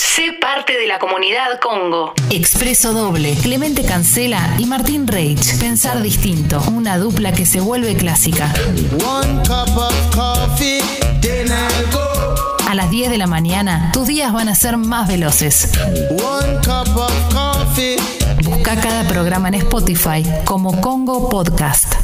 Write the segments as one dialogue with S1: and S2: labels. S1: Sé parte de la comunidad Congo.
S2: Expreso Doble, Clemente Cancela y Martín Reich. Pensar distinto, una dupla que se vuelve clásica.
S3: One cup of coffee, then I'll go.
S2: A las 10 de la mañana, tus días van a ser más veloces.
S3: One cup of coffee.
S2: Busca cada programa en Spotify como Congo Podcast.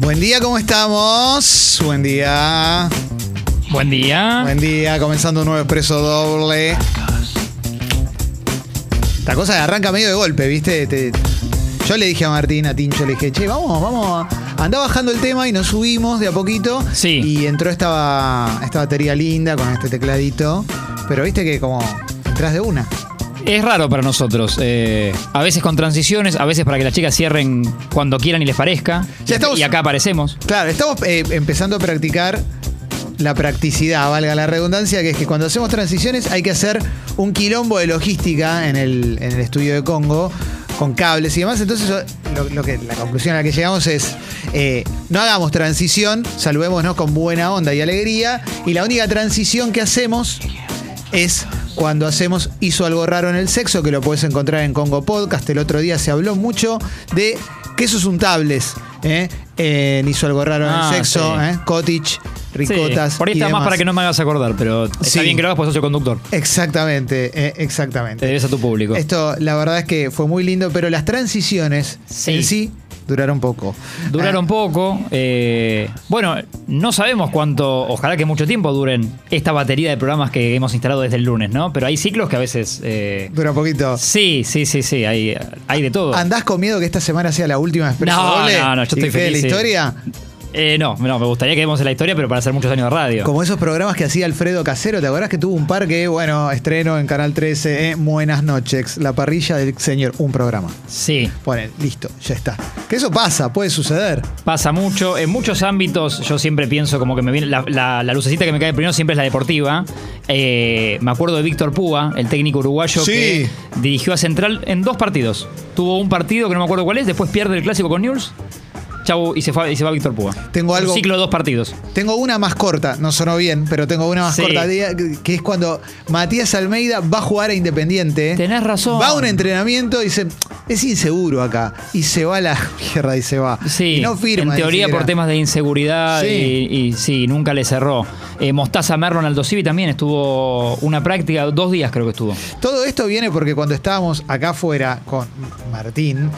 S4: Buen día, ¿cómo estamos? Buen día.
S5: Buen día.
S4: Buen día, comenzando un nuevo expreso doble. Esta cosa arranca medio de golpe, ¿viste? Te- yo le dije a Martín, a Tincho, le dije, che, vamos, vamos, anda bajando el tema y nos subimos de a poquito.
S5: Sí.
S4: Y entró esta, esta batería linda con este tecladito. Pero viste que como entras de una.
S5: Es raro para nosotros. eh, a veces con transiciones, a veces para que las chicas cierren cuando quieran y les parezca.
S4: Ya estamos-
S5: Y acá aparecemos.
S4: Claro, estamos eh, empezando a practicar la practicidad, valga la redundancia, que es que cuando hacemos transiciones hay que hacer un quilombo de logística en el, en el estudio de Congo, con cables y demás. Entonces, lo, lo que, la conclusión a la que llegamos es, eh, no hagamos transición, saludémonos con buena onda y alegría, y la única transición que hacemos es cuando hacemos Hizo algo raro en el sexo, que lo puedes encontrar en Congo Podcast. El otro día se habló mucho de quesos untables. ¿eh? En Hizo algo raro en
S5: Ah,
S4: el sexo,
S5: sí.
S4: ¿eh? cottage,
S5: Sí,
S4: ricotas.
S5: Por ahí
S4: y
S5: está más
S4: demás.
S5: para que no me hagas acordar, pero está
S4: Sí.
S5: bien que lo hagas, pues sos el conductor.
S4: Exactamente, eh, exactamente.
S5: Te debes a tu público.
S4: Esto, la verdad es que fue muy lindo, pero las transiciones
S5: Sí.
S4: en sí duraron poco. Ah,
S5: Duraron poco. eh, bueno, no sabemos cuánto, ojalá que mucho tiempo duren esta batería de programas que hemos instalado desde el lunes, ¿no? Pero hay ciclos que a veces. eh,
S4: Dura poquito.
S5: sí, sí, sí, sí, hay, hay de todo.
S4: ¿Andás con miedo que esta semana sea la última expresión?
S5: No, no, no, yo estoy
S4: de la
S5: feliz, sí.
S4: historia?
S5: Eh, no, no, me gustaría que vemos en la historia, pero para hacer muchos años de radio.
S4: Como esos programas que hacía Alfredo Casero, ¿te acordás que tuvo un par que, bueno, estreno en Canal 13, eh, Buenas noches, La parrilla del señor, un programa.
S5: Sí.
S4: Ponen, listo, ya está. Que eso pasa, puede suceder.
S5: Pasa mucho. En muchos ámbitos, yo siempre pienso como que me viene. La, la- la lucecita que me cae primero siempre es la deportiva. Eh, me acuerdo de Víctor Púa, el técnico uruguayo
S4: Sí.
S5: que dirigió a Central en dos partidos. Tuvo un partido que no me acuerdo cuál es, después pierde el clásico con News. Chau, y se, fue- y se va Víctor Púa.
S4: Tengo algo-
S5: Un ciclo de dos partidos.
S4: Tengo una más corta, no sonó bien, pero tengo una más
S5: Sí.
S4: corta, que que es cuando Matías Almeida va a jugar a Independiente. ¿eh?
S5: Tenés razón.
S4: Va a un entrenamiento y dice, es inseguro acá. Y se va a la mierda y se va.
S5: Sí,
S4: y no firma.
S5: en
S4: ni
S5: teoría
S4: siquiera.
S5: por temas de inseguridad
S4: Sí.
S5: Y, y sí, nunca le cerró. Eh, Mostaza Merlo, Ronaldo Civi también estuvo una práctica, dos días creo que estuvo.
S4: Todo esto viene porque cuando estábamos acá afuera con Martín,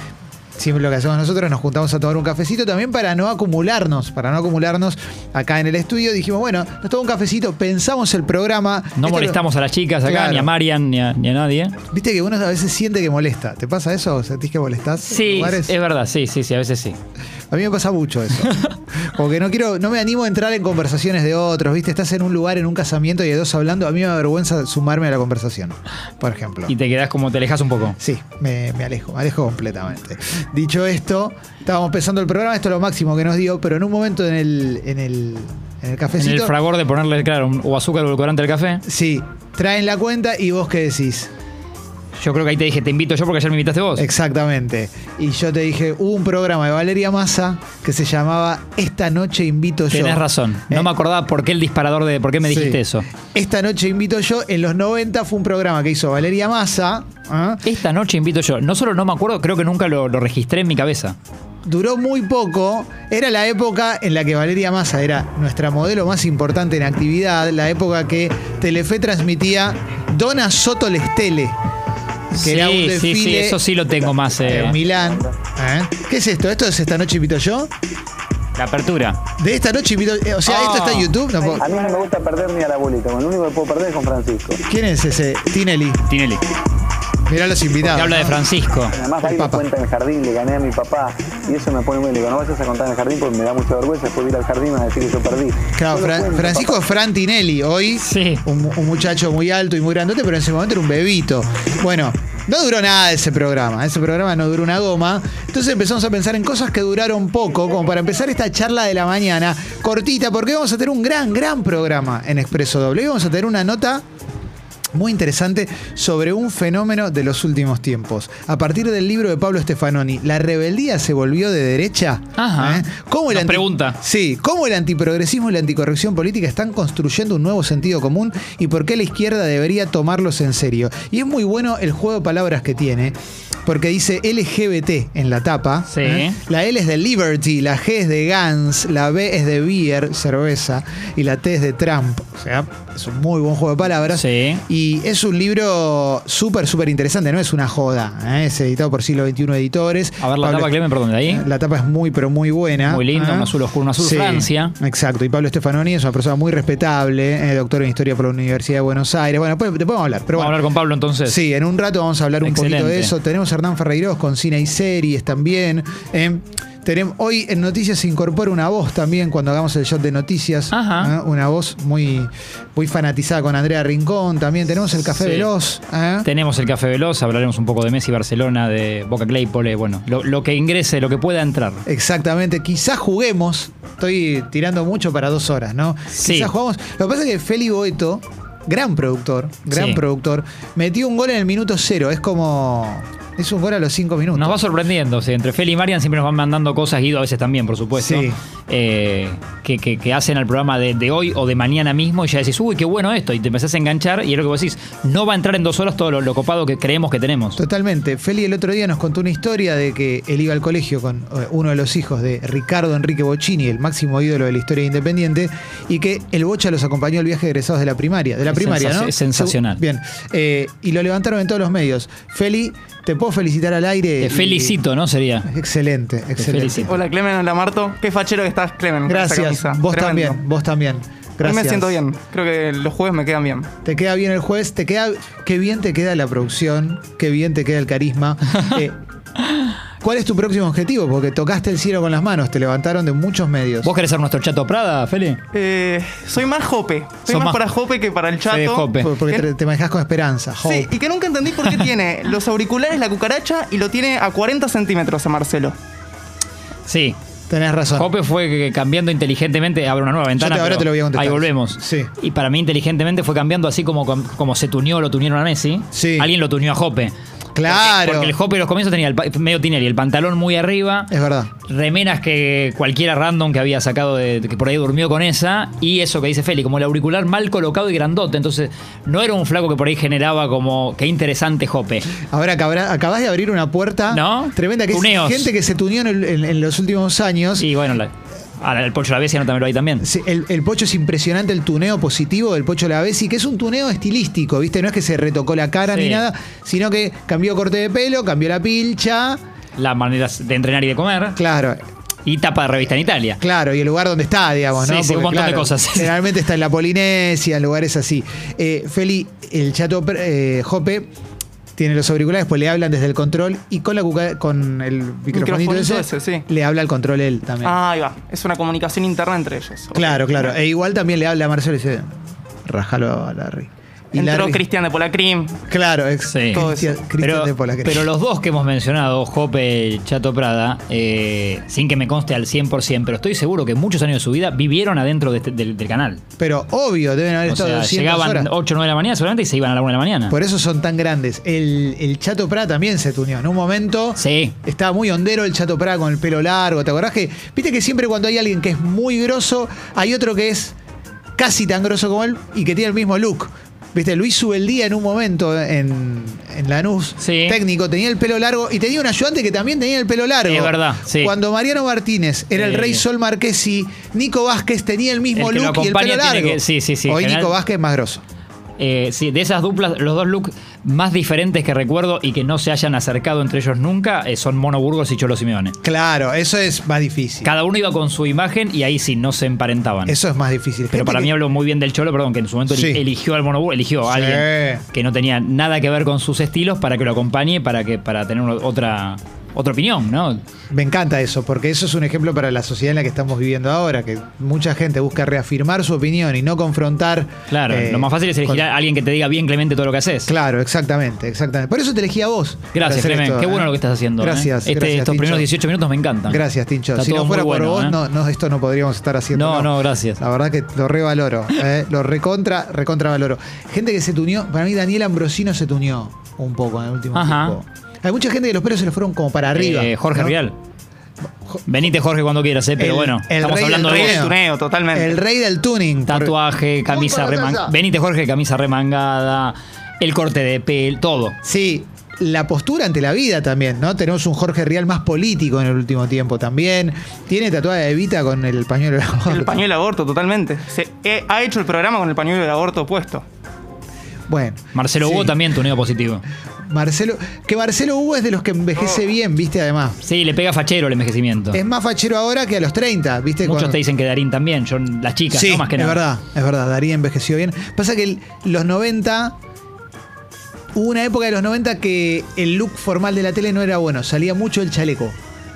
S4: siempre lo que hacemos nosotros, nos juntamos a tomar un cafecito también para no acumularnos, para no acumularnos acá en el estudio. Dijimos, bueno, nos tomamos un cafecito, pensamos el programa.
S5: No
S4: Esto
S5: molestamos a las chicas acá,
S4: Claro.
S5: ni a Marian, ni a, ni a nadie.
S4: lo- Viste que uno a veces siente que molesta. ¿Te pasa eso? ¿Sentís que molestás? en
S5: Sí,
S4: lugares?
S5: es verdad, sí, sí, sí, a veces sí.
S4: A mí me pasa mucho eso. Como que no quiero, no me animo a entrar en conversaciones de otros, ¿viste? Estás en un lugar, en un casamiento y hay dos hablando, a mí me da vergüenza sumarme a la conversación, por ejemplo.
S5: Y te quedás como, te alejas un poco.
S4: Sí, me, me alejo, me alejo completamente. Dicho esto, estábamos pensando el programa, esto es lo máximo que nos dio, pero en un momento en el, en el, en el
S5: En el
S4: cafecito.
S5: fragor de ponerle, claro, un- o azúcar o edulcorante al café.
S4: sí, traen la cuenta y vos qué decís.
S5: Yo creo que ahí te dije, te invito yo porque ayer me invitaste vos.
S4: Exactamente. Y yo te dije, hubo un programa de Valeria Massa que se llamaba Esta noche invito yo.
S5: Tenés razón.
S4: Eh,
S5: No me acordaba por qué el disparador de. ¿Por qué me dijiste
S4: Sí.
S5: eso?
S4: Esta noche invito yo, en los 90 fue un programa que hizo Valeria Massa. ¿ah?
S5: Esta noche invito yo. No solo no me acuerdo, creo que nunca lo, lo registré en mi cabeza.
S4: Duró muy poco. Era la época en la que Valeria Massa era nuestra modelo más importante en actividad. La época que Telefe transmitía Dona Soto Lestele. Que
S5: Sí,
S4: era un
S5: sí,
S4: desfile
S5: sí, eso sí lo tengo más. eh,
S4: en Milán. ¿eh? ¿Qué es esto? ¿Esto es Esta Noche Invito Yo?
S5: la apertura.
S4: De Esta Noche Invito eh, O sea,
S5: Ah.
S4: ¿esto está en YouTube? No puedo-
S6: A mí no me gusta perder ni a la abuelita, bueno, lo único que puedo perder es con Francisco.
S4: ¿Quién es ese? Tinelli.
S5: Tinelli.
S4: Mirá los
S5: Que
S4: invitados. Ah.
S5: habla de
S4: ¿no?
S5: Francisco.
S6: Además
S4: El
S6: ahí me
S4: Papa.
S6: cuenta en el jardín, le gané a mi papá y eso me pone muy bien. Le digo, no vayas a contar en el jardín porque me da mucha vergüenza, después de ir al jardín y me van a decir que yo perdí.
S4: Claro,
S6: No lo
S4: Fra-
S6: cuento,
S4: Francisco
S6: papá.
S4: Frantinelli, hoy
S5: Sí.
S4: un, un muchacho muy alto y muy grandote, pero en ese momento era un bebito. Bueno, no duró nada ese programa, ese programa no duró una goma. Entonces empezamos a pensar en cosas que duraron poco, como para empezar esta charla de la mañana, cortita, porque vamos a tener un gran, gran programa en Expreso Doble. Hoy vamos a tener una nota muy interesante sobre un fenómeno de los últimos tiempos. A partir del libro de Pablo Stefanoni, ¿la rebeldía se volvió de derecha? ¿Eh?
S5: Ajá.
S4: ¿Cómo el
S5: Nos pregunta.
S4: Sí, ¿cómo el antiprogresismo y la anticorrección política están construyendo un nuevo sentido común y por qué la izquierda debería tomarlos en serio? Y es muy bueno el juego de palabras que tiene. Porque dice LGBT en la tapa. ¿eh?
S5: Sí.
S4: La L es de Liberty, la G es de Gans, la B es de Beer, cerveza, y la T es de Trump. O sea, es un muy buen juego de palabras.
S5: Sí.
S4: Y es un libro súper, súper interesante, no es una joda. ¿eh? Es editado por Siglo XXI Editores.
S5: A ver
S4: Pablo-
S5: la
S4: Eh,
S5: tapa, Clemen, perdón, de ahí.
S4: La tapa es muy, pero muy buena.
S5: Muy linda,
S4: ¿eh?
S5: un azul oscuro, un azul Francia.
S4: Exacto, y Pablo Stefanoni es una persona muy respetable, eh, doctor en historia por la Universidad de Buenos Aires. Bueno, después te podemos hablar, pero
S5: Vamos a
S4: bueno.
S5: hablar con Pablo entonces.
S4: Sí, en un rato vamos a hablar un poquito de
S5: Excelente.
S4: eso. Tenemos a Hernán Ferreiros con cine y series también. Eh, tenemos, hoy en Noticias se incorpora una voz también cuando hagamos el shot de noticias.
S5: Ajá.
S4: ¿eh? Una voz muy, muy fanatizada con Andrea Rincón también. Tenemos el Café
S5: Sí.
S4: Veloz. ¿eh?
S5: Tenemos el Café Veloz, hablaremos un poco de Messi, Barcelona, de Boca Claypole, bueno, lo, lo que ingrese, lo que pueda entrar.
S4: Exactamente, quizás juguemos. Estoy tirando mucho para dos horas, ¿no?
S5: Sí.
S4: Quizás jugamos. Lo que pasa es que Feli Boeto, gran productor, gran
S5: Sí.
S4: productor, metió un gol en el minuto cero. Es como. Es un gol a los cinco minutos.
S5: Nos va sorprendiendo, sí, entre Feli y Marian siempre nos van mandando cosas, Guido a veces también, por supuesto,
S4: Sí.
S5: eh, que, que- que hacen al programa de, de hoy o de mañana mismo y ya decís, uy, qué bueno esto, y te empezás a enganchar y es lo que vos decís, no va a entrar en dos horas todo lo, lo copado que creemos que tenemos.
S4: Totalmente. Feli el otro día nos contó una historia de que él iba al colegio con eh, uno de los hijos de Ricardo Enrique Bocini, el máximo ídolo de la historia de Independiente, y que el Bocha los acompañó al viaje de egresados de la primaria. De la
S5: Es
S4: primaria,
S5: sensa-
S4: ¿no?
S5: es sensacional.
S4: Segu- Bien. Eh, y lo levantaron en todos los medios. Feli, te puedo felicitar al aire.
S5: Te
S4: y-
S5: felicito, ¿no? Sería.
S4: Excelente, excelente.
S5: felicito.
S7: Hola Clemen, hola Marto. Qué fachero que estás, Clemen. con esa
S4: Gracias.
S7: camisa.
S4: Vos
S7: Tremendo.
S4: también, vos también.
S7: Hoy
S4: Gracias.
S7: me siento bien. Creo que los jueves me quedan bien.
S4: Te queda bien el juez, te queda. Qué bien te queda la producción, qué bien te queda el carisma. Eh, ¿Cuál es tu próximo objetivo? Porque tocaste el cielo con las manos, te levantaron de muchos medios.
S5: ¿Vos querés ser nuestro chato Prada, Feli?
S7: Eh, soy más Jope. Soy
S5: Sos
S7: más,
S5: más-
S7: para Jope que para el chato.
S5: Fede Jope.
S4: Por- Porque te, te manejás con esperanza.
S7: Sí,
S4: hope.
S7: y que nunca entendí por qué tiene los auriculares, la cucaracha y lo tiene a 40 centímetros a Marcelo.
S5: Sí.
S4: Tenés razón.
S5: Jope fue que cambiando inteligentemente, abre una nueva ventana.
S4: te- ahora
S5: pero
S4: te lo voy a contestar.
S5: Ahí volvemos.
S4: Sí.
S5: Y para mí inteligentemente fue cambiando así como, com- como se tuneó, lo tunearon a Messi.
S4: Sí.
S5: Alguien lo tuneó a Jope.
S4: Claro.
S5: Porque, porque el Jope en los comienzos tenía el pa- medio Tinelli, el pantalón muy arriba.
S4: Es verdad.
S5: Remenas que cualquiera random que había sacado, de, que por ahí durmió con esa, y eso que dice Feli, como el auricular mal colocado y grandote. Entonces, no era un flaco que por ahí generaba como, qué interesante Jope.
S4: Ahora acabra- acabás de abrir una puerta
S5: ¿No?
S4: tremenda que es
S5: Tuneos.
S4: gente que se tuneó en, el- en- en los últimos años.
S5: Y bueno, la, al, Pocho la Bessia no también lo hay también.
S4: Sí, El, el pocho es impresionante, el tuneo positivo del pocho Lavesi, que es un tuneo estilístico, ¿viste? No es que se retocó la cara
S5: Sí.
S4: ni nada, sino que cambió corte de pelo, cambió la pilcha.
S5: La manera de entrenar y de comer.
S4: Claro,
S5: Y tapa de revista en Italia.
S4: claro, y el lugar donde está, digamos, ¿no?
S5: Sí, sí, un montón de cosas.
S4: Generalmente está en la Polinesia, en lugares así. Eh, Feli, el chato eh, Jope. Tiene los auriculares, pues le hablan desde el control y con la cuca- con el microfonito
S7: Microfonito
S4: ese,
S7: ese, sí.
S4: le habla al control él también.
S7: Ah, ahí va. Es una comunicación interna entre ellos.
S4: Claro, claro. E igual también le habla a Marcelo y dice, rajalo a Larry. Y
S7: Entró
S4: Larry-
S7: Cristian de Polacrim.
S4: Claro, ex
S5: Sí.
S7: Todo eso.
S4: Cristian, Cristian
S5: pero,
S4: de Pola.
S5: pero los dos que hemos mencionado, Jope y Chato Prada, eh, sin que me conste al 100%, pero estoy seguro que muchos años de su vida vivieron adentro de este- del, del canal.
S4: Pero obvio, deben haber
S5: O
S4: estado
S5: sea,
S4: 200
S5: llegaban
S4: horas.
S5: 8 o 9 de la mañana seguramente y se iban a la 1 de la mañana.
S4: Por eso son tan grandes. El, el Chato Prada también se tuneó. En un momento
S5: Sí.
S4: estaba muy hondero el Chato Prada con el pelo largo. ¿Te acordás que? Viste que siempre cuando hay alguien que es muy grosso, hay otro que es casi tan grosso como él y que tiene el mismo look. Viste, Luis Subeldía en un momento en, en Lanús,
S5: Sí.
S4: técnico, tenía el pelo largo y tenía un ayudante que también tenía el pelo largo.
S5: Es verdad, sí.
S4: Cuando Mariano Martínez era el
S5: Sí.
S4: rey Sol Marquesi, Nico Vázquez tenía el mismo
S5: El que lo
S4: look y el pelo
S5: acompaña tiene
S4: largo.
S5: que- sí, sí, sí,
S4: Hoy
S5: general-
S4: Nico Vázquez es más grosso.
S5: Eh, sí, de esas duplas, los dos looks más diferentes que recuerdo y que no se hayan acercado entre ellos nunca eh, son Mono Burgos y Cholo Simeone.
S4: Claro, eso es más difícil.
S5: Cada uno iba con su imagen y ahí sí no se emparentaban.
S4: Eso es más difícil.
S5: Pero
S4: Gente
S5: para
S4: que-
S5: mí hablo muy bien del Cholo, perdón, que en su momento
S4: Sí.
S5: eligió al Monobur, eligió a
S4: Sí.
S5: alguien que no tenía nada que ver con sus estilos para que lo acompañe, para que para tener una- otra otra opinión, ¿no?
S4: Me encanta eso, porque eso es un ejemplo para la sociedad en la que estamos viviendo ahora, que mucha gente busca reafirmar su opinión y no confrontar.
S5: Claro,
S4: eh,
S5: lo más fácil es elegir
S4: con-
S5: a alguien que te diga bien Clemente todo lo que haces.
S4: Claro, exactamente, exactamente. Por eso te elegí a vos. para
S5: Gracias,
S4: hacer
S5: Clemente.
S4: esto,
S5: Qué
S4: ¿eh?
S5: bueno lo que estás haciendo. ¿eh?
S4: Gracias.
S5: Este-
S4: gracias,
S5: estos primeros
S4: Tincho.
S5: 18 minutos me encantan.
S4: Gracias, Tincho.
S5: Está
S4: si
S5: todo
S4: no
S5: muy
S4: fuera
S5: bueno,
S4: por vos,
S5: ¿eh?
S4: no, no, esto no podríamos estar haciendo.
S5: No, no, gracias.
S4: La verdad que lo revaloro. ¿eh? Lo recontra, recontra valoro. Gente que se tuneó, para mí Daniel Ambrosino se tuneó un poco en el último
S5: Ajá.
S4: tiempo. Hay mucha gente que los pelos se le fueron como para arriba.
S5: Eh, Jorge
S4: ¿no?
S5: Rial. Venite, Jorge, cuando quieras, eh, pero
S4: El-
S5: bueno,
S4: el
S5: estamos
S4: rey
S5: hablando
S4: del
S5: de
S7: Rey del
S5: vos.
S7: tuneo, totalmente.
S4: El rey del tuning. por-
S5: Tatuaje, camisa
S4: Muy para
S5: remangada.
S4: allá.
S5: Venite, Jorge, camisa remangada. El corte de pelo, todo.
S4: Sí, la postura ante la vida también, ¿no? Tenemos un Jorge Rial más político en el último tiempo también. Tiene tatuada de Evita con el pañuelo. en la boca.
S7: El pañuelo de aborto, totalmente. Se, eh, ha hecho el programa con el pañuelo de aborto puesto.
S4: Bueno.
S5: Marcelo
S4: sí.
S5: Hugo también tuneo positivo.
S4: Marcelo, que Marcelo Hugo es de los que
S5: Oh.
S4: envejece bien, ¿viste? Además.
S5: Sí, le pega fachero el envejecimiento.
S4: Es más fachero ahora que a los 30, ¿viste?
S5: Muchos
S4: Cuando-
S5: te dicen que Darín también, yo, las chicas,
S4: Sí,
S5: ¿no? Más que
S4: es
S5: nada.
S4: verdad, es verdad. Daría envejeció bien. Pasa que el- los 90. Hubo una época de los 90 que el look formal de la tele no era bueno. Salía mucho el chaleco.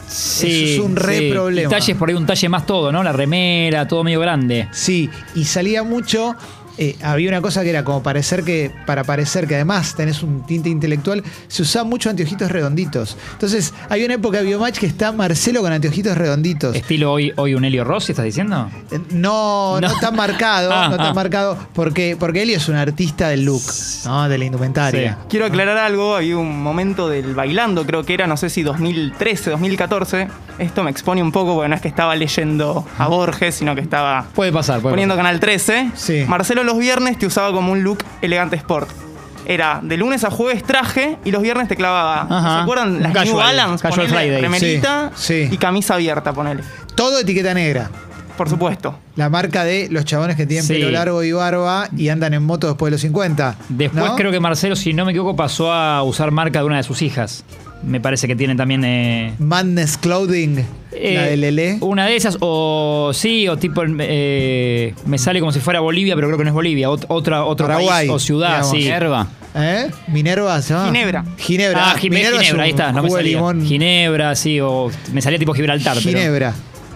S5: Sí,
S4: Eso es un re
S5: sí.
S4: problema.
S5: Y talles por ahí, un talle más todo, ¿no? La remera, todo medio grande.
S4: Sí, y salía mucho. eh, había una cosa que era como parecer que, para parecer que además tenés un tinte intelectual, se usaba mucho anteojitos redonditos. Entonces, hay una época de Biomatch que está Marcelo con anteojitos redonditos.
S5: Estilo hoy, hoy un Helio Rossi, ¿estás diciendo?
S4: Eh, No, no,
S5: No.
S4: tan marcado,
S5: Ah,
S4: no tan
S5: ah.
S4: marcado, porque, porque Eli es un artista del look, ¿no? De la indumentaria.
S5: Sí.
S7: Quiero aclarar algo, había un momento del bailando, creo que era, no sé si 2013, 2014. Esto me expone un poco, porque no es que estaba leyendo a Borges, sino que estaba
S5: Puede pasar, puede
S7: poniendo
S5: pasar.
S7: Canal 13.
S4: Sí.
S7: Marcelo los viernes te usaba como un look elegante sport. Era de lunes a jueves traje y los viernes te clavaba.
S5: Ajá.
S7: ¿Se acuerdan?
S5: Un
S7: Las New
S5: casual,
S7: Balance,
S5: casual
S7: ponele,
S5: Friday.
S7: remerita
S4: Sí, sí.
S7: y camisa abierta, ponele.
S4: Todo etiqueta negra.
S7: Por supuesto.
S4: La marca de los chabones que tienen
S5: Sí.
S4: pelo largo y barba y andan en moto después de los 50.
S5: Después
S4: ¿no?
S5: creo que Marcelo, si no me equivoco, pasó a usar marca de una de sus hijas. Me parece que tiene también... eh,
S4: Madness Clothing, la
S5: eh,
S4: de Lele.
S5: Una de esas, o sí, o tipo, eh, me sale como si fuera Bolivia, pero creo que no es Bolivia, ot- otra, otro
S4: Paraguay,
S5: país o ciudad,
S4: digamos.
S5: sí.
S8: Minerva.
S4: ¿Eh? Minerva se llama.
S7: Ginebra.
S4: Ginebra.
S5: Ah, Gime- Ginebra,
S4: es un
S5: ahí está, no me
S4: jugo de
S5: salía.
S4: limón.
S5: Ginebra, sí, o me salía tipo Gibraltar. pero
S4: Ginebra.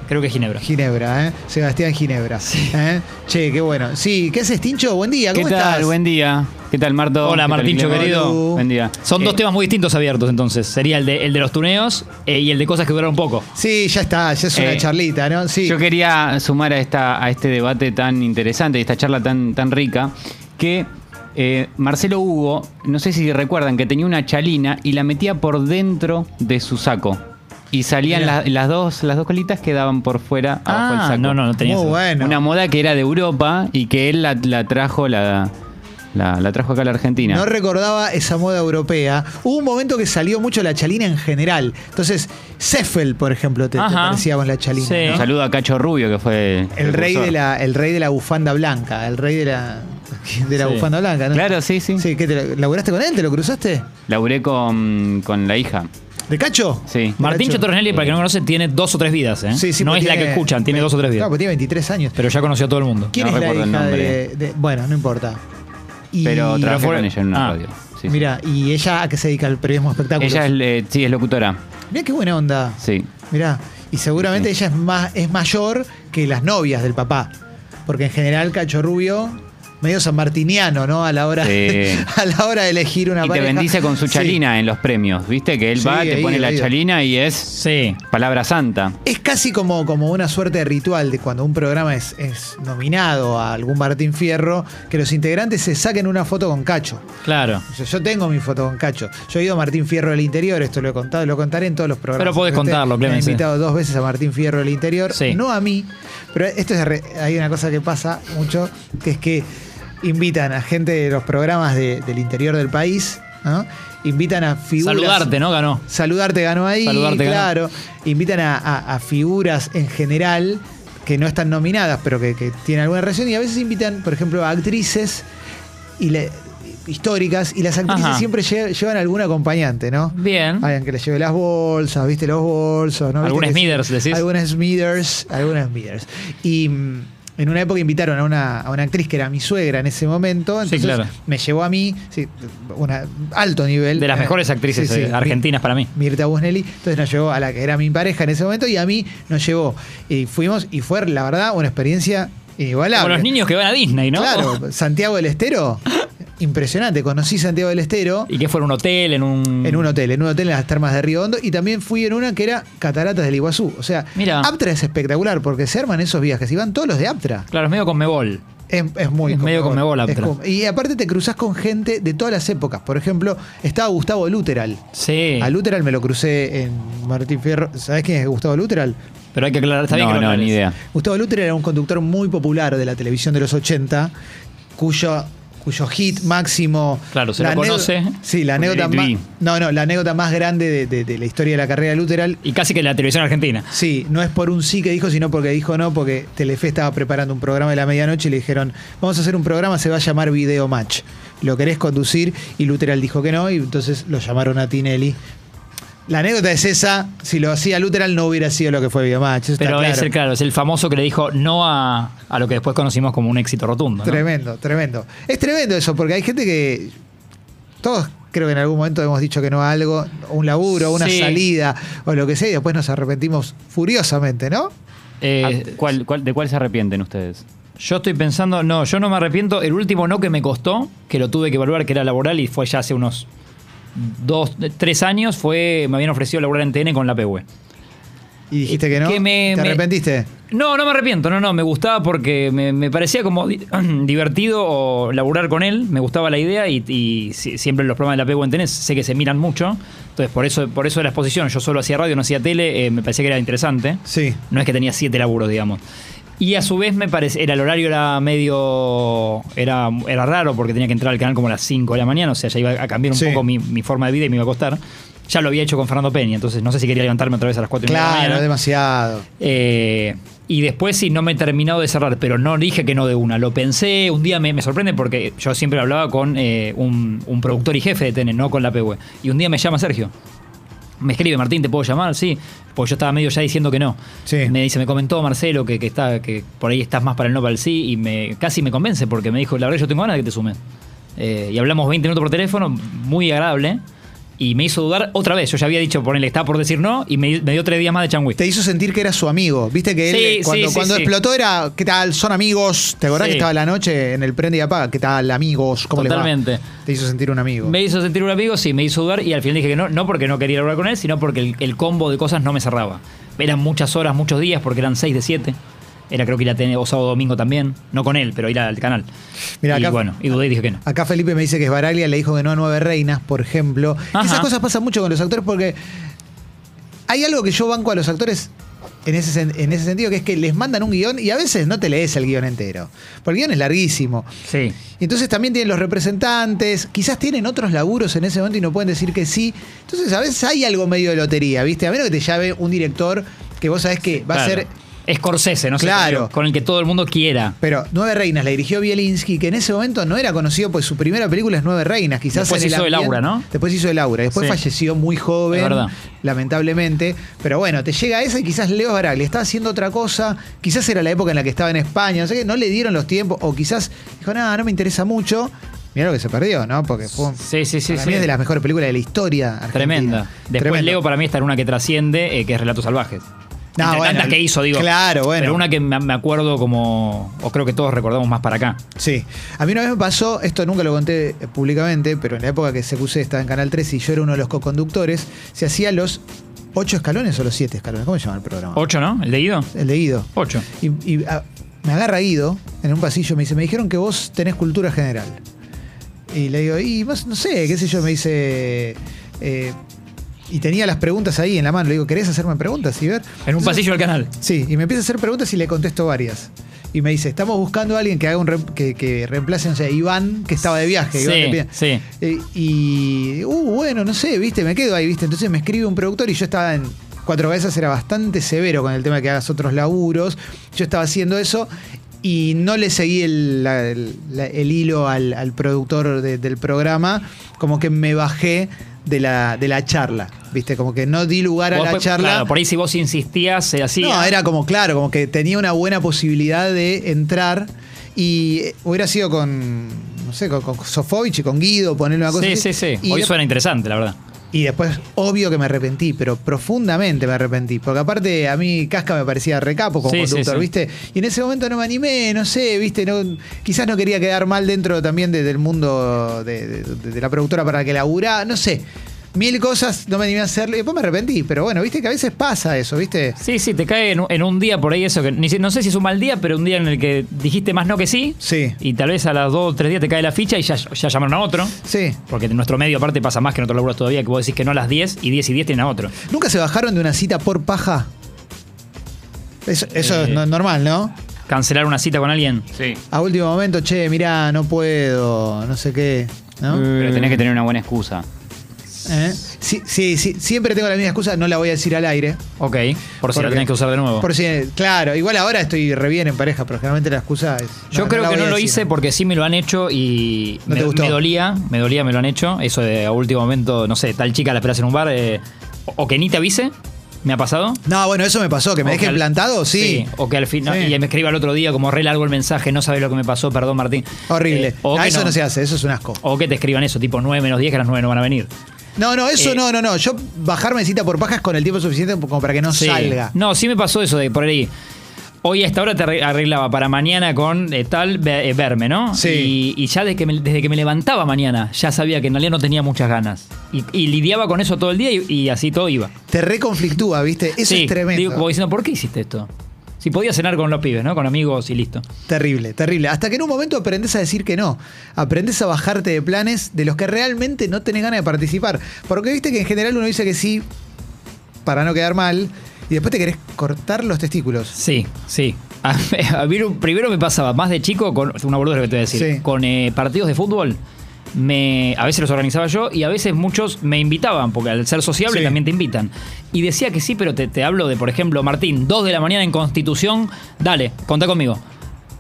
S5: creo que es Ginebra.
S4: Ginebra, ¿eh? Sebastián Ginebra. ¿eh? Che, qué bueno. Sí, ¿qué haces, Tincho? Buen día,
S8: ¿Qué
S4: ¿cómo
S8: tal?
S4: estás?
S8: Buen día. ¿Qué tal, Marto?
S5: Hola,
S8: ¿Qué tal,
S5: Martincho,
S8: Guillermo?
S5: querido.
S8: Buen día.
S5: Son dos
S8: Eh,
S5: temas muy distintos abiertos entonces. Sería el de, el de los tuneos eh, y el de cosas que duraron poco.
S4: Sí, ya está, ya es una
S8: Eh,
S4: charlita, ¿no? Sí.
S8: Yo quería sumar a, esta, a este debate tan interesante y esta charla tan, tan rica que eh, Marcelo Hugo, no sé si recuerdan que tenía una chalina y la metía por dentro de su saco. Y salían
S4: Mirá.
S8: la- las, dos, las dos colitas quedaban por fuera abajo del
S5: Ah,
S8: saco.
S5: no, no, no tenía
S4: Muy
S5: eso.
S4: bueno.
S8: Una moda que era de Europa y que él la, la trajo la, la, la trajo acá a la Argentina.
S4: No recordaba esa moda europea. Hubo un momento que salió mucho la chalina en general. Entonces, Ceffel, por ejemplo, te, te
S5: Ajá.
S4: parecía con la chalina.
S5: Sí.
S4: ¿no?
S8: Un saludo a Cacho Rubio, que fue
S4: El rey,
S8: precursor.
S4: de la, el rey de la bufanda blanca, el rey de la, de la
S5: Sí.
S4: bufanda blanca, ¿no?
S8: Claro, sí, sí.
S4: Sí, ¿qué te lo- ¿Laburaste con él? ¿Te lo cruzaste?
S8: Laburé con, con la hija.
S4: ¿De cacho?
S8: Sí.
S5: Martincho
S4: Nacho.
S5: Torrenelli, para que no conoce, tiene dos o tres vidas. ¿eh?
S4: eh, Sí, sí,
S5: no
S4: porque
S5: es la que
S4: tiene-
S5: escuchan, tiene dos o
S4: Claro,
S5: tres
S4: pues
S5: vidas.
S4: porque tiene 23 años.
S5: Pero ya conoció a todo el mundo.
S4: ¿Quién es
S8: no
S4: la
S8: recuerdo el
S4: hija
S8: nombre.
S4: de, de- Bueno, no importa. Y-
S8: Pero trabajé
S5: fue-
S8: con ella en una
S5: ah,
S8: radio. Sí, sí.
S4: Mira, ¿y ella a qué se dedica al periodismo espectáculo?
S8: Ella es, eh, sí, es locutora.
S4: Mirá qué buena onda.
S8: Sí.
S4: Mirá, y seguramente
S8: Sí.
S4: ella es más es mayor que las novias del papá. Porque en general Cacho Rubio, medio sanmartiniano, ¿no? A la hora,
S8: Sí.
S4: a la hora de elegir una
S8: y te
S4: pareja.
S8: bendice con su
S4: Sí.
S8: chalina en los premios. ¿Viste? Que él
S4: Sí,
S8: va, te
S4: ahí,
S8: pone la
S4: ahí.
S8: chalina y es
S5: Sí.
S8: palabra santa.
S4: Es casi como, como una suerte de ritual de cuando un programa es, es nominado a algún Martín Fierro, que los integrantes se saquen una foto con Cacho.
S5: Claro.
S4: O sea, yo tengo mi foto con Cacho. Yo he ido a Martín Fierro del Interior, esto lo he contado, lo contaré en todos los programas.
S5: Pero podés
S4: Este,
S5: contarlo,
S4: Me han
S5: Clemen, sí.
S4: invitado dos veces a Martín Fierro del Interior,
S5: Sí.
S4: no a mí, pero esto es re- hay una cosa que pasa mucho, que es que invitan a gente de los programas de- del interior del país, ¿no? Invitan a figuras.
S5: Saludarte, ¿no? Ganó.
S4: Saludarte ganó ahí,
S5: Saludarte ganó.
S4: claro. Invitan a, a- a figuras en general que no están nominadas, pero que, que tienen alguna relación. Y a veces invitan, por ejemplo, a actrices y le- históricas, y las actrices
S5: Ajá.
S4: siempre lle- llevan algún acompañante, ¿no?
S5: Bien.
S4: Alguien que le lleve las bolsas, viste los bolsos, ¿no?
S5: ¿Mm? Algún
S4: Viste que
S5: Smithers,
S4: sí.
S5: decís.
S4: Algunas Smithers, algunas Smithers. Y mm, en una época invitaron a una, a una actriz que era mi suegra en ese momento.
S5: Sí,
S4: Entonces
S5: claro.
S4: me llevó a mí, sí, una, alto nivel.
S5: De las
S4: Eh,
S5: mejores actrices
S4: sí, sí.
S5: eh, argentinas para mí.
S4: Mirta Busnelli, entonces nos llevó a la que era mi pareja en ese momento y a mí nos llevó. Y fuimos y fue, la verdad, una experiencia inigualable.
S5: Como los niños que van a Disney, ¿no?
S4: Claro, Santiago del Estero, impresionante. Conocí Santiago del Estero
S5: Y que fuera un hotel, en un.
S4: en un hotel, en un hotel en las termas de Río Hondo y también fui en una que era Cataratas del Iguazú. O sea,
S5: Mira.
S4: Aptra es espectacular porque se arman esos viajes y van todos los de Aptra.
S5: Claro, es medio con Mebol.
S4: Es, es muy
S5: Es medio
S4: conmebol.
S5: conmebol, Aptra.
S4: Es como- Y aparte te cruzas con gente de todas las épocas. Por ejemplo, estaba Gustavo Luteral.
S5: Sí.
S4: A Luteral me lo crucé en Martín Fierro. ¿Sabés quién es Gustavo Luteral?
S5: Pero hay que aclarar, está bien
S8: no,
S5: que lo
S8: no,
S5: aclares.
S8: ni idea.
S4: Gustavo Luteral era un conductor muy popular de la televisión de los 80, cuyo, cuyo hit máximo.
S5: Claro, se
S4: la
S5: lo
S4: anécdota-
S5: conoce.
S4: Sí, la anécdota
S8: Late
S4: más.
S8: B.
S4: No, no, la anécdota más grande de, de- de la historia de la carrera de Luteral.
S5: Y casi que la televisión argentina.
S4: Sí, no es por un sí que dijo, sino porque dijo no, porque Telefe estaba preparando un programa de la medianoche y le dijeron, vamos a hacer un programa, se va a llamar Video Match. ¿Lo querés conducir? Y Luteral dijo que no, y entonces lo llamaron a Tinelli. La anécdota es esa, si lo hacía Luteral no hubiera sido lo que fue Video Match. eso está
S5: Pero es
S4: claro.
S5: el claro, es el famoso que le dijo no a, a lo que después conocimos como un éxito rotundo. ¿no?
S4: Tremendo, tremendo. Es tremendo eso, porque hay gente que. Todos creo que en algún momento hemos dicho que no a algo, un laburo, una
S5: Sí.
S4: salida, o lo que sea, y después nos arrepentimos furiosamente, ¿no?
S5: Eh,
S8: Ah, ¿cuál- cuál- ¿De cuál se arrepienten ustedes?
S5: Yo estoy pensando, no, yo no me arrepiento. El último no que me costó, que lo tuve que evaluar, que era laboral y fue ya hace unos dos, tres años, fue me habían ofrecido laborar en TN con la PW.
S4: Y dijiste que no.
S5: Que me-
S4: ¿Te
S5: me-
S4: arrepentiste?
S5: No, no me arrepiento, no, no, me gustaba porque me, me parecía como di- divertido o laburar con él, me gustaba la idea y, y si- siempre los programas de la PW en TN sé que se miran mucho, entonces por eso, por eso de la exposición, yo solo hacía radio, no hacía tele, eh, me parecía que era interesante.
S4: Sí.
S5: No es que tenía siete laburos, digamos. Y a su vez me parece, era el horario era medio, era, era raro porque tenía que entrar al canal como a las 5 de la mañana, o sea, ya iba a cambiar un
S4: Sí.
S5: poco mi, mi forma de vida y me iba a costar. Ya lo había hecho con Fernando Peña, entonces no sé si quería levantarme otra vez a las 4 de la
S4: Claro,
S5: mañana.
S4: demasiado.
S5: Eh, y después sí, no me he terminado de cerrar, pero no dije que no de una. Lo pensé, un día me, me sorprende porque yo siempre hablaba con eh, un, un productor y jefe de TN, no con la PW. Y un día me llama Sergio. Me escribe, Martín, ¿te puedo llamar? Sí, pues yo estaba medio ya diciendo que no.
S4: Sí.
S5: Me dice, me comentó Marcelo que, que está, que por ahí estás más para el no, para el sí, y me casi me convence porque me dijo, la verdad yo tengo ganas de que te sumes. Eh, y hablamos 20 minutos por teléfono, muy agradable, y me hizo dudar otra vez. Yo ya había dicho, ponele, está por decir no, y me, me dio tres días más de changüí.
S4: Te hizo sentir que era su amigo. Viste que él,
S5: Sí,
S4: eh,
S5: sí,
S4: cuando,
S5: sí,
S4: cuando
S5: sí.
S4: explotó, era, ¿qué tal? Son amigos. ¿Te acordás
S5: Sí.
S4: que estaba la noche en el prende y apaga? ¿Qué tal, amigos? ¿Cómo les va?
S5: Totalmente.
S4: Te hizo sentir un amigo.
S5: Me hizo sentir un amigo, sí, me hizo dudar y al final dije que no, no porque no quería hablar con él, sino porque el, el combo de cosas no me cerraba. Eran muchas horas, muchos días, porque eran seis de siete. Era creo que ir a tener, o sábado domingo también, no con él, pero ir al canal.
S4: Mirá,
S5: y
S4: acá-
S5: bueno, y dudé y dije que no.
S4: Acá Felipe me dice que Baraglia le dijo que no a Nueve Reinas, por ejemplo.
S5: Ajá.
S4: Esas cosas pasan mucho con los actores porque hay algo que yo banco a los actores en ese, sen- en ese sentido, que es que les mandan un guión y a veces no te lees el guión entero. Porque el guión es larguísimo.
S5: Sí.
S4: Y Entonces también tienen los representantes, quizás tienen otros laburos en ese momento y no pueden decir que sí. Entonces a veces hay algo medio de lotería, ¿viste? A menos que te llame un director que vos sabés que va a ser
S5: Scorsese, no sé.
S4: Claro.
S5: Con el que todo el mundo quiera.
S4: pero Nueve Reinas la dirigió Bielinski, que en ese momento no era conocido, pues su primera película es Nueve Reinas. Quizás
S5: Después
S4: en
S5: hizo El
S4: ambiente-
S5: Aura, ¿no?
S4: Después hizo El Aura. Después
S5: Sí.
S4: falleció muy joven,
S5: Es verdad.
S4: lamentablemente. Pero bueno, te llega esa y quizás Leo Baraglia estaba haciendo otra cosa. Quizás era la época en la que estaba en España. No sé qué, no le dieron los tiempos. O quizás dijo, nada, no me interesa mucho. Mira lo que se perdió, ¿no? Porque fue un-
S5: Sí, sí, sí.
S4: para
S5: sí.
S4: mí es de las mejores películas de la historia. argentina.
S5: Tremenda. Después
S4: Tremendo.
S5: Leo para mí está en una que trasciende, eh, que es Relatos Salvajes.
S4: No,
S5: Entre
S4: bueno,
S5: tantas que hizo, digo.
S4: claro, bueno.
S5: Pero una que me me acuerdo como, o creo que todos recordamos más para acá.
S4: Sí. A mí una vez me pasó, esto nunca lo conté eh, públicamente, pero en la época que CQC estaba en Canal 3 y yo era uno de los co-conductores, se hacía los ocho escalones o los siete escalones. ¿Cómo se llama el programa?
S5: ¿Ocho, no? ¿El de Guido?
S4: El de Guido.
S5: Ocho.
S4: Y, y, ah, me agarra Guido en un pasillo, me dice, me dijeron que vos tenés cultura general. Y le digo, y más, no sé, qué sé yo, me dice... eh, y tenía las preguntas ahí en la mano. Le digo, ¿querés hacerme preguntas, Iber?
S5: En un
S4: Entonces-
S5: pasillo del canal.
S4: Sí, y me empieza a hacer preguntas y le contesto varias. Y me dice, estamos buscando a alguien que haga un rem- que, que reemplace, no sé, a Iván, que estaba de viaje. Iván
S5: Sí,
S4: de Pie-
S5: sí.
S4: Eh, y, uh, bueno, no sé, viste, me quedo ahí, viste. Entonces me escribe un productor y yo estaba en cuatro cabezas, era bastante severo con el tema de que hagas otros laburos. Yo estaba haciendo eso y no le seguí el, la- el- la- el hilo al, al productor de- del programa, como que me bajé de la, de la charla. ¿Viste? Como que no di lugar a
S5: Vos
S4: la
S5: fue-
S4: charla.
S5: claro, por ahí si vos insistías, eh, se hacía.
S4: No, era como claro, como que tenía una buena posibilidad de entrar y eh, hubiera sido con, no sé, con, con Sofovich y con Guido, ponerle una cosa.
S5: Sí,
S4: así.
S5: sí, sí.
S4: Y,
S5: Hoy
S4: de-
S5: suena interesante, la verdad.
S4: y después, obvio que me arrepentí, pero profundamente me arrepentí. Porque aparte a mí Casca me parecía recapo como
S5: Sí, sí,
S4: conductor,
S5: sí.
S4: ¿viste? Y en ese momento no me animé, no sé, ¿viste? No, quizás no quería quedar mal dentro también de- del mundo de, de- de la productora para la que laburaba, no sé. Mil cosas no me animé a hacerlo y después me arrepentí. Pero bueno, viste que a veces pasa eso, ¿viste?
S5: Sí, sí, te cae en, un- en un día por ahí eso que ni si- no sé si es un mal día, pero un día en el que dijiste más no que sí.
S4: Sí.
S5: Y tal vez a las dos o tres días te cae la ficha y ya, ya llamaron a otro.
S4: Sí.
S5: Porque en nuestro medio aparte pasa más que en otros laburos todavía, que vos decís que no a las 10 y 10 y 10 tienen a otro.
S4: ¿Nunca se bajaron de una cita por paja? Eso, eso
S5: Eh.
S4: es no- normal, ¿no?
S5: Cancelar una cita con alguien.
S8: Sí.
S4: A último momento, che, mirá, no puedo, no sé qué,
S5: Mm.
S4: ¿no?
S8: Pero tenés que tener una buena excusa.
S4: ¿Eh? Sí, sí, sí, siempre tengo la misma excusa, no la voy a decir al aire.
S5: Ok. Por si la
S4: Porque-
S5: tenés que usar de nuevo.
S4: Por si, claro, igual ahora estoy re bien en pareja, pero generalmente la excusa es.
S5: Yo creo
S4: la
S5: que
S4: voy
S5: no
S4: a
S5: lo
S4: decir.
S5: hice porque sí me lo han hecho y
S4: ¿No
S5: me,
S4: te gustó?
S5: me dolía, me dolía, me lo han hecho. Eso de a último momento, no sé, tal chica la esperas en un bar eh, o, o que ni te avise, me ha pasado.
S4: No, bueno, eso me pasó, que me
S5: O
S4: dejen
S5: al-
S4: plantado, sí.
S5: O que al final.
S4: Sí.
S5: Y me escriba al otro día como re largo el mensaje, no sabes lo que me pasó, perdón Martín.
S4: Horrible.
S5: Eh, o
S4: Ah,
S5: que
S4: eso no. se hace, eso es un asco.
S5: O que te escriban eso, tipo 9 menos 10, que a las 9 no van a venir.
S4: No, no, eso
S5: Eh.
S4: no, no, no. Yo bajarme de cita por paja es con el tiempo suficiente como para que no
S5: Sí.
S4: salga.
S5: No, sí me pasó eso de por ahí. Hoy a esta hora te arre- arreglaba para mañana con eh, tal ve- eh, verme, ¿no?
S4: Sí.
S5: Y, y ya desde que, me, desde que me levantaba mañana, ya sabía que en realidad no tenía muchas ganas. Y, y lidiaba con eso todo el día y, y así todo iba.
S4: Te reconflictúa, ¿viste? Eso
S5: Sí,
S4: es tremendo.
S5: Digo, como diciendo, ¿por qué hiciste esto? Si podía cenar con los pibes, ¿no? Con amigos y listo.
S4: Terrible, terrible. Hasta que en un momento aprendes a decir que no. Aprendes a bajarte de planes de los que realmente no tenés ganas de participar. Porque viste que en general uno dice que sí para no quedar mal y después te querés cortar los testículos.
S5: Sí, sí. A, a mí lo- primero me pasaba más de chico con una bordura que te voy a decir,
S4: Sí.
S5: con eh, partidos de fútbol. Me, a veces los organizaba yo y a veces muchos me invitaban, porque al ser sociable
S4: Sí.
S5: también te invitan. Y decía que sí, pero te, te hablo de, por ejemplo, Martín, 2 de la mañana en Constitución, dale, contá conmigo.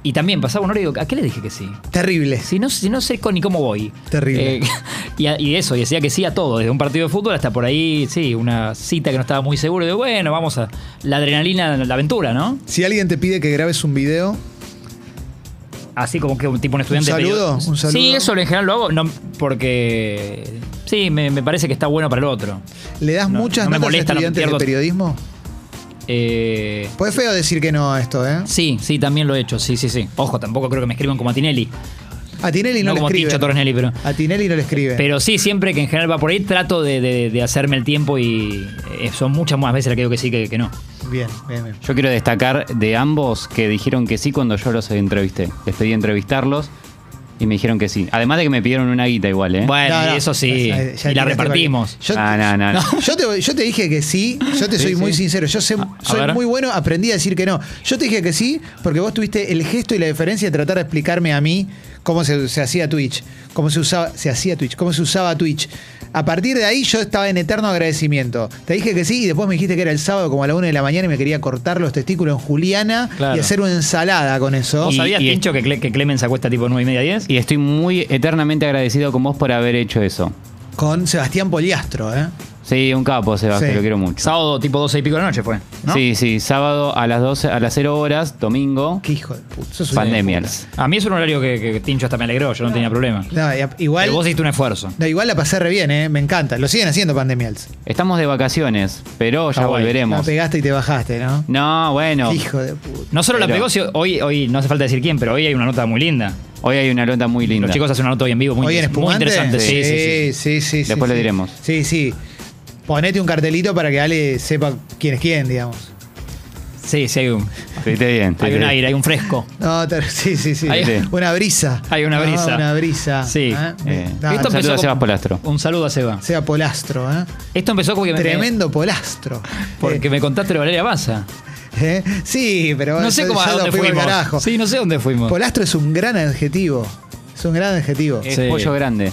S5: Y también pasaba un hora y digo, ¿a qué le dije que sí?
S4: Terrible.
S5: Si no, si no sé con- ni cómo voy.
S4: Terrible.
S5: Eh, y, a- y eso, y decía que sí a todo, desde un partido de fútbol hasta por ahí, sí, una cita que no estaba muy seguro. De bueno, vamos a. La adrenalina, la aventura, ¿no?
S4: Si alguien te pide que grabes un video,
S5: Así como que un tipo un estudiante.
S4: ¿Un
S5: de
S4: saludo?
S5: periodismo.
S4: ¿Un saludo?
S5: Sí, eso en general lo hago, no, porque. Sí, me, me parece que está bueno para el otro.
S4: ¿le das
S5: No,
S4: muchas
S5: no me
S4: notas
S5: molesta,
S4: a
S5: no me
S4: estudiantes de
S5: pierdo.
S4: periodismo?
S5: Eh,
S4: Pues feo decir que no a esto, ¿eh?
S5: sí, sí, también lo he hecho, sí, sí, sí. Ojo, tampoco creo que me escriban como a Tinelli.
S4: A Tinelli no,
S5: no
S4: le
S5: como
S4: escribe.
S5: Ticho Torresnelli, pero.
S4: A Tinelli no le escribe.
S5: Pero sí, siempre que en general va por ahí, trato de, de- de hacerme el tiempo y eh, son muchas más veces las que digo que sí que, que no.
S4: Bien, bien, bien.
S8: Yo quiero destacar de ambos que dijeron que sí cuando yo los entrevisté. Les pedí entrevistarlos y me dijeron que sí. Además de que me pidieron una guita igual, ¿eh?
S5: Bueno,
S4: No,
S5: y
S4: no,
S5: eso sí,
S4: ya- ya
S5: y
S4: tiraste
S5: la repartimos.
S4: cualquier- Yo-
S8: Ah, no, no, no.
S4: Yo te, yo te dije que sí, yo te
S8: Sí,
S4: soy muy
S8: sí.
S4: sincero, yo sé-
S5: A- a
S4: soy
S5: ver.
S4: muy bueno, aprendí a decir que no. Yo te dije que sí porque vos tuviste el gesto y la diferencia de tratar de explicarme a mí cómo se, se hacía Twitch, cómo se usaba, se hacía Twitch, cómo se usaba Twitch. A partir de ahí yo estaba en eterno agradecimiento. Te dije que sí y después me dijiste que era el sábado como a la una de la mañana y me quería cortar los testículos en Juliana
S5: Claro.
S4: y hacer una ensalada con eso.
S5: ¿Vos
S8: Y-
S5: sabías,
S8: y-
S5: Tincho, que, Cle- que Clemens acuesta tipo 9 y media 10?
S8: Y estoy muy eternamente agradecido con vos por haber hecho eso.
S4: Con Sebastián Poliastro, ¿eh?
S8: Sí, un capo, Sebas,
S4: Sí.
S8: te lo quiero mucho.
S5: Sábado tipo 12 y pico de la noche fue, ¿no?
S8: Sí, sí, sábado a las 12, a las 0 horas, domingo,
S4: Qué hijo de puta. sos un-
S8: pandemias.
S5: A mí es un horario que, que Tincho hasta me alegró, yo no tenía problema.
S4: No, y- igual,
S5: Pero vos hiciste un esfuerzo.
S4: no, igual la pasé re bien, ¿eh? Me encanta. Lo siguen haciendo pandemials.
S8: Estamos de vacaciones, pero ya
S5: Hawái.
S4: La
S8: volveremos.
S4: pegaste y te bajaste, ¿no?
S8: No, bueno,
S4: Hijo de puta.
S5: No solo la
S8: Pero-
S5: pegó, si hoy, hoy no hace falta decir quién, pero hoy hay una nota muy linda.
S8: hoy hay una nota muy linda.
S5: Los chicos hacen una nota hoy en vivo muy,
S4: Oye, en
S5: interes- muy
S4: espumante.
S5: interesante. Sí, sí, sí.
S4: sí, sí, sí,
S8: Después
S4: sí.
S8: lo diremos.
S4: Sí, sí. Ponete un cartelito para que Ale sepa quién es quién, digamos.
S5: Sí, sí, hay un,
S8: Estuviste bien.
S5: hay
S8: estuviste
S5: un
S8: bien.
S5: aire, hay un fresco.
S4: No, te- sí, sí, sí.
S5: Ahí-
S4: Una brisa.
S5: Hay una
S4: No,
S5: brisa.
S4: una brisa.
S5: Sí.
S4: ¿eh?
S8: Eh,
S4: No,
S8: Esto- un saludo
S5: empezó
S8: a
S5: como-
S8: Sebas Polastro.
S5: Un saludo a Seba.
S4: Sea polastro, ¿eh?
S5: Esto empezó como que me-
S4: Tremendo polastro.
S5: porque me contaste de Valeria Baza.
S4: Eh, ¿eh? Sí, pero
S5: No sé
S4: ya-
S5: cómo
S4: ya
S5: a
S4: nos
S5: dónde
S4: fuimos al
S5: fuimos.
S4: carajo.
S5: Sí, no sé dónde fuimos.
S4: Polastro es un gran adjetivo. Es un gran adjetivo.
S8: Es
S5: Sí.
S8: pollo grande.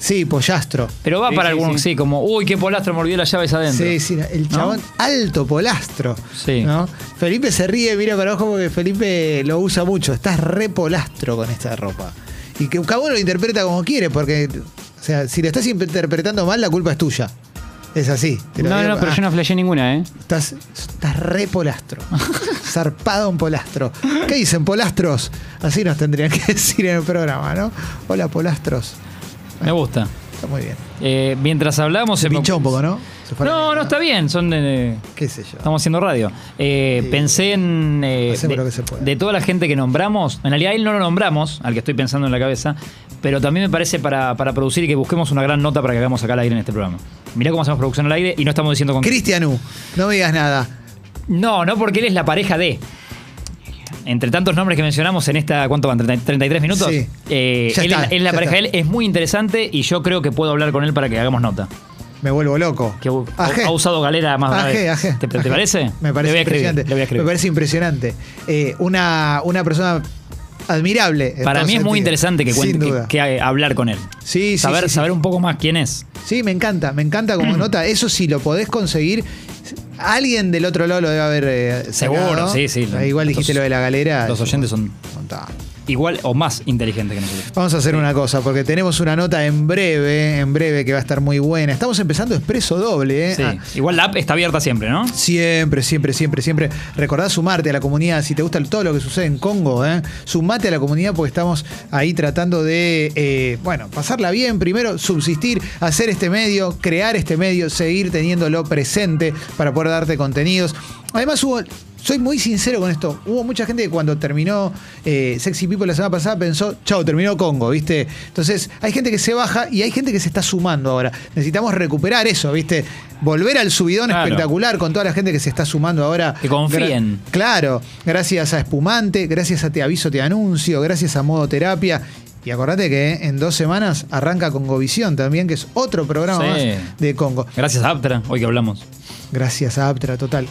S4: Sí, pollastro.
S5: Pero va
S8: Sí,
S5: para
S8: sí,
S5: algunos, sí.
S8: sí.
S5: como, uy, qué polastro, me olvidé las llaves adentro.
S4: Sí, sí, el chabón alto polastro.
S5: Sí.
S4: ¿no? Felipe se ríe, mira para abajo porque Felipe lo usa mucho. Estás re polastro con esta ropa. Y que cada uno lo interpreta como quiere, porque, o sea, si lo estás interpretando mal, la culpa es tuya. Es así. te lo
S8: No,
S4: digo.
S8: no, pero
S4: Ah,
S8: yo no flashé ninguna, ¿eh?
S4: Estás, estás re polastro. Zarpado en polastro. ¿Qué dicen polastros? Así nos tendrían que decir en el programa, ¿no? Hola, polastros.
S5: Me gusta.
S4: Está muy bien.
S5: Eh, mientras hablamos...
S4: Se
S5: me-
S4: pinchó un poco, ¿no? Se fue a la
S5: No, no
S4: mierda.
S5: está bien. Son eh,
S4: Qué sé yo.
S5: Estamos haciendo radio. Eh,
S4: Sí.
S5: Pensé en... eh,
S4: Hacemos
S5: de,
S4: lo que se puede.
S5: de toda la gente que nombramos, en realidad él no lo nombramos, al que estoy pensando en la cabeza, pero también me parece para, para producir y que busquemos una gran nota para que hagamos acá al aire en este programa. Mirá cómo hacemos producción al aire y no estamos diciendo con...
S4: Cristianú, no me digas nada.
S5: No, no porque él es la pareja de... Entre tantos nombres que mencionamos en esta, ¿cuánto van? ¿30 ¿33 minutos?
S4: Sí.
S5: Eh,
S4: Ya
S5: él
S4: está,
S5: es la, es la
S4: ya
S5: pareja
S4: está.
S5: de él, es muy interesante y yo creo que puedo hablar con él para que hagamos nota.
S4: Me vuelvo loco.
S5: Que u-
S4: Ajé.
S5: ha usado galera más de una
S4: Ajé,
S5: vez.
S4: ajé,
S5: ¿Te, te
S4: ajé.
S5: parece?
S4: Me
S5: Le
S4: parece
S5: voy a escribir,
S4: impresionante.
S5: le voy a escribir.
S4: Me parece impresionante. Eh, una, una persona admirable. en
S5: Para
S4: todo
S5: mí es muy
S4: sentido.
S5: interesante que,
S4: Sin
S5: cuente, que-
S4: duda.
S5: que, eh, hablar con él.
S4: Sí, sí,
S5: saber,
S4: sí, sí.
S5: saber un poco más quién es.
S4: Sí, me encanta, me encanta como nota. Eso sí, lo podés conseguir. Alguien del otro lado lo debe haber eh,
S5: Seguro,
S4: sacado.
S5: sí, sí.
S4: Ah, Igual dijiste
S5: Los-
S4: lo de la galera.
S5: Los
S4: es un
S5: oyentes son
S4: montón.
S5: igual o más inteligentes que nosotros.
S4: Vamos a hacer una cosa, porque tenemos una nota en breve, en breve que va a estar muy buena. Estamos empezando expreso doble, ¿eh?
S5: Sí.
S4: Ah,
S5: Igual la app está abierta siempre, ¿no?
S4: Siempre, siempre, siempre, siempre. Recordá sumarte a la comunidad. Si te gusta todo lo que sucede en Congo, ¿eh? sumate a la comunidad porque estamos ahí tratando de, eh, bueno, pasarla bien. Primero, subsistir, hacer este medio, crear este medio, seguir teniéndolo presente para poder darte contenidos. Además, hubo. Soy muy sincero con esto. Hubo mucha gente que cuando terminó eh, Sexy People la semana pasada pensó, chau, terminó Congo, ¿viste? Entonces, hay gente que se baja y hay gente que se está sumando ahora. Necesitamos recuperar eso, ¿viste? Volver al subidón
S5: Claro.
S4: espectacular espectacular con toda la gente que se está sumando ahora.
S5: Que confíen.
S4: Gra- claro, gracias a Espumante, gracias a Te Aviso, Te Anuncio, gracias a Modo Terapia. Y acordate que eh, en dos semanas arranca Congovisión también, que es otro programa
S5: Sí.
S4: más de Congo.
S5: Gracias a Aptra, hoy que hablamos.
S4: Gracias a Aptra Total.